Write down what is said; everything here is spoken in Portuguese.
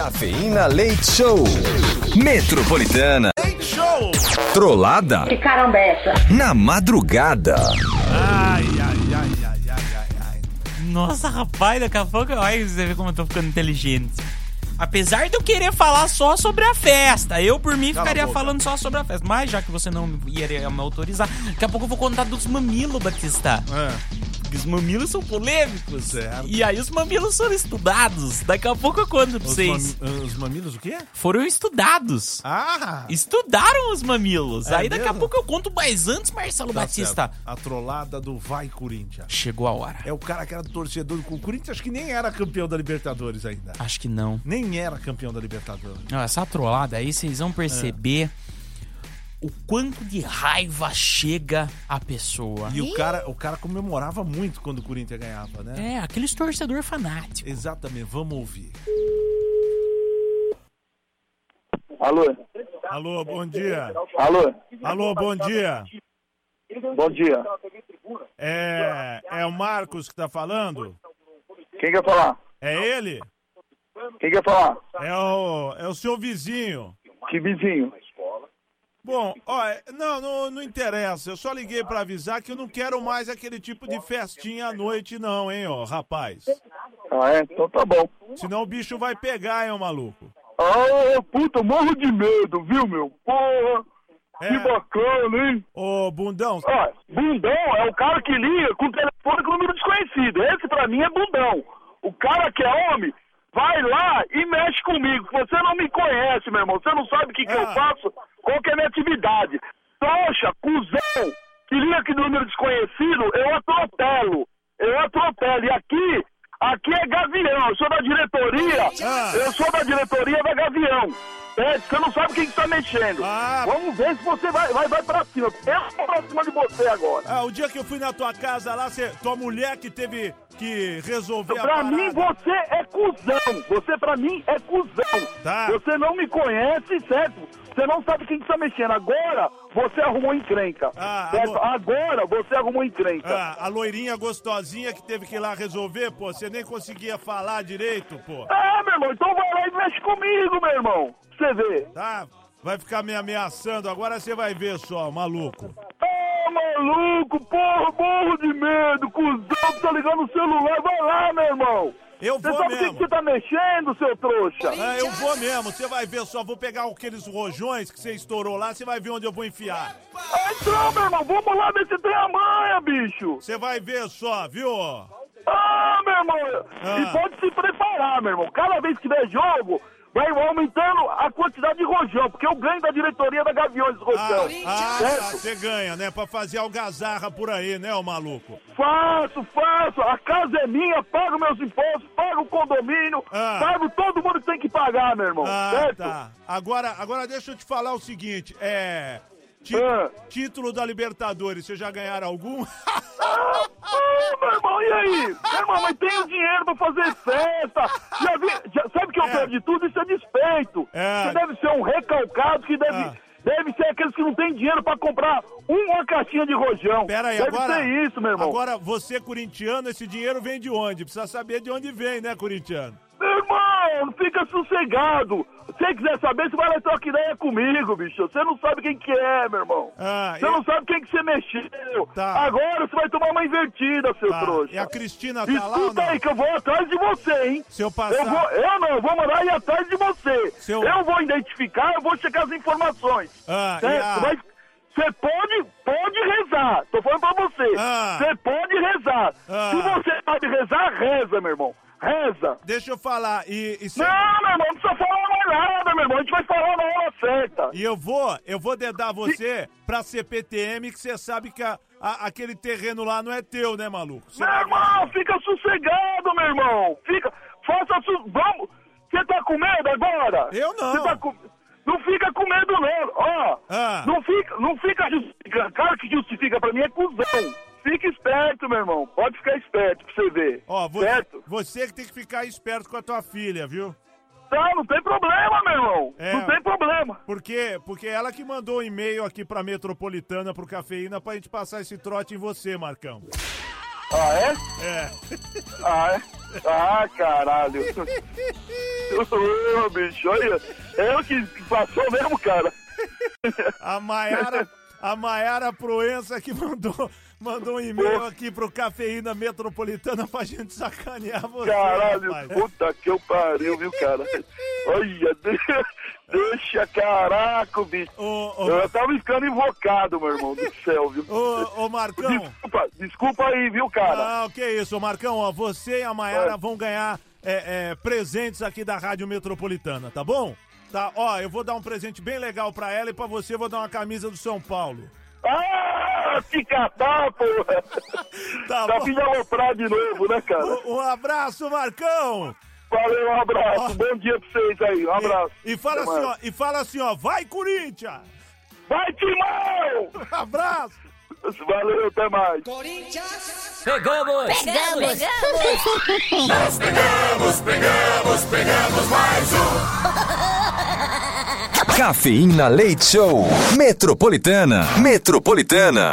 Cafeína Leite Show. Metropolitana. Leite Show! Trollada Que caramba é essa? na madrugada. Ai, ai, ai, ai, ai, ai, ai. Nossa, rapaz, daqui a pouco. Olha, você vê como eu tô ficando inteligente. Apesar de eu querer falar só sobre a festa, eu por mim Cala a ficaria boca. falando só sobre a festa. Mas já que você não iria me autorizar, daqui a pouco eu vou contar dos mamilos, Batista. Ah, Porque os mamilos são polêmicos. Certo. E aí os mamilos foram estudados. Daqui a pouco eu conto pra os, vocês. mami- ah, os mamilos o quê? Foram estudados. Ah! Estudaram os mamilos. É aí daqui a mesmo? pouco eu conto, mas antes, Marcelo Tá Batista. certo. A trollada do Vai Corinthians. Chegou a hora. É o cara que era torcedor do Corinthians, acho que nem era campeão da Libertadores ainda. Acho que não. Nem era campeão da Libertadores. Não, essa trollada aí, vocês vão perceber o quanto de raiva chega a pessoa. E o cara, o cara comemorava muito quando o Corinthians ganhava, né? É, aqueles torcedor fanático. Exatamente, vamos ouvir. Alô? Alô, bom dia. Alô? Alô, bom dia. Bom dia. É, é o Marcos que tá falando? Quem quer falar? É ele? Quem quer falar? É o, é o seu vizinho. Que vizinho? Bom, ó, é- não, não, não interessa. Eu só liguei pra avisar que eu não quero mais aquele tipo de festinha à noite, não, hein, ó, rapaz. Ah, é? Então tá bom. Senão o bicho vai pegar, hein, ô maluco. Ah, puta, eu morro de medo, viu, meu? Porra, que É, bacana, hein? ô, bundão, Ó, bundão é o cara que liga com telefone com número desconhecido. Esse pra mim é bundão. O cara que é homem, vai lá e mexe comigo. Você não me conhece, meu irmão. Você não sabe o que, que eu Ah. faço, qual que é a minha atividade. Trouxa, cuzão, que liga que número desconhecido, eu atropelo. Eu atropelo. E aqui, aqui é Gavião. Eu sou da diretoria. Ah. Eu sou da diretoria da Gavião. É, você não sabe quem que tá mexendo. Ah. Vamos ver se você vai, vai, vai pra cima. Eu vou pra cima de você agora. Ah, o dia que eu fui na tua casa lá, cê, tua mulher que teve que resolver a Pra mim, parada. você é cuzão. Você, pra mim, é cuzão. Tá. Você não me conhece, certo? Você não sabe quem que tá mexendo. Agora, você arrumou encrenca. Ah, certo? alô. Agora, você arrumou encrenca. Ah, a loirinha gostosinha que teve que ir lá resolver, pô, você nem conseguia falar direito, pô. Ah, meu irmão, então vai lá e mexe comigo, meu irmão. Pra Você vê. Tá? Vai ficar me ameaçando, agora você vai ver só, maluco. Ah, maluco, porra, morro de medo. Cuzão, que tá ligando o celular. Vai lá, meu irmão. Eu Você vou sabe o que que mesmo. você tá mexendo, seu trouxa? Ah, eu vou mesmo, você vai ver só, vou pegar aqueles rojões que você estourou lá, você vai ver onde eu vou enfiar. Ah, Então, meu irmão, vamos lá ver se tem a manha, bicho. Você vai ver só, viu? Ah, meu irmão! Ah. E pode se preparar, meu irmão. Cada vez que der jogo, vai aumentando a quantidade de rojão, porque eu ganho da diretoria da Gaviões, Ah, rojão. É ah, tá, certo? você ganha, né? Pra fazer algazarra por aí, né, ô maluco? Faço, faço. A casa é minha, pago meus impostos, pago o condomínio, Ah. pago todo mundo que tem que pagar, meu irmão. Ah, certo? tá. Agora, agora deixa eu te falar o seguinte, é... ti- Ah. Título da Libertadores, vocês já ganharam algum? Ah, meu irmão, e aí? Meu irmão, mas tenho dinheiro pra fazer festa. Já vi, já, sabe que eu É. perdi de tudo? Isso é despeito. É. Você deve ser um recalcado que deve, Ah. deve ser aqueles que não tem dinheiro pra comprar uma caixinha de rojão. Pera aí, deve agora... ser isso, meu irmão. Agora, você corintiano, esse dinheiro vem de onde? Precisa saber de onde vem, né, corintiano? Meu irmão, fica sossegado. Se você quiser saber, você vai lá trocar ideia comigo, bicho. Você não sabe quem que é, meu irmão. Ah, Você não sabe quem que você mexeu. Tá. Agora você vai tomar uma invertida, seu tá. trouxa. E a Cristina tá lá ou Escuta não? aí que eu vou atrás de você, hein? Se eu passar- Eu, vou, eu não, eu vou mandar ir atrás de você. Se eu- Eu vou identificar, eu vou checar as informações. Ah, e Certo? a- Mas você pode, pode rezar. Tô falando pra você. Ah. Você pode rezar. Ah. Se você sabe rezar, reza, meu irmão. Reza. Deixa eu falar, e, e cê- Não, meu irmão, não precisa falar mais nada, meu irmão. A gente vai falar na hora certa. E eu vou, eu vou dedar você pra CPTM, que você sabe que a- a- aquele terreno lá não é teu, né, maluco? Cê Meu vai- irmão, fica sossegado, meu irmão. Fica. Faça. Su... Vamos. Você tá com medo agora? Eu não. Você tá com- Não fica com medo, não. Ó. Ah. Não fica. Não fica justificando. Cara que justifica pra mim é cuzão. Fica esperto, meu irmão. Pode ficar esperto pra você ver. Ó, vo- Certo? você que tem que ficar esperto com a tua filha, viu? Tá, não tem problema, meu irmão. É. Não tem problema. Porque, porque ela que mandou um e-mail aqui pra Metropolitana, pro Cafeína, pra gente passar esse trote em você, Marcão. Ah, é? É. Ah, é? Ah, caralho. Ô, bicho, olha. Eu que passou mesmo, cara. A Maiara, a Maiara Proença que mandou, mandou um e-mail aqui pro Cafeína Metropolitana pra gente sacanear você. Caralho, rapaz. puta que eu pariu, viu, cara? Olha, deixa, deixa caraca, bicho. Ô, Eu tava ficando invocado, meu irmão, do céu, viu? ô, ô, ô, Marcão. Desculpa, desculpa aí, viu, cara? Ah, que isso, ô Marcão. Ó, você e a Maiara Oi. vão ganhar é, é, presentes aqui da Rádio Metropolitana, tá bom? Tá, ó, eu vou dar um presente bem legal pra ela e pra você eu vou dar uma camisa do São Paulo. Ah, fica tá, porra! Tá Tá bom. vindo aloprar de novo, né, cara? Um abraço, Marcão! Valeu, um abraço. Ó. Bom dia pra vocês aí, um abraço. E, e fala Até assim, ó, mais. e fala assim, ó, vai Corinthians! Vai, Timão! Abraço! Valeu, até mais. Pegamos! Cafeína Leite Show. Metropolitana. Metropolitana.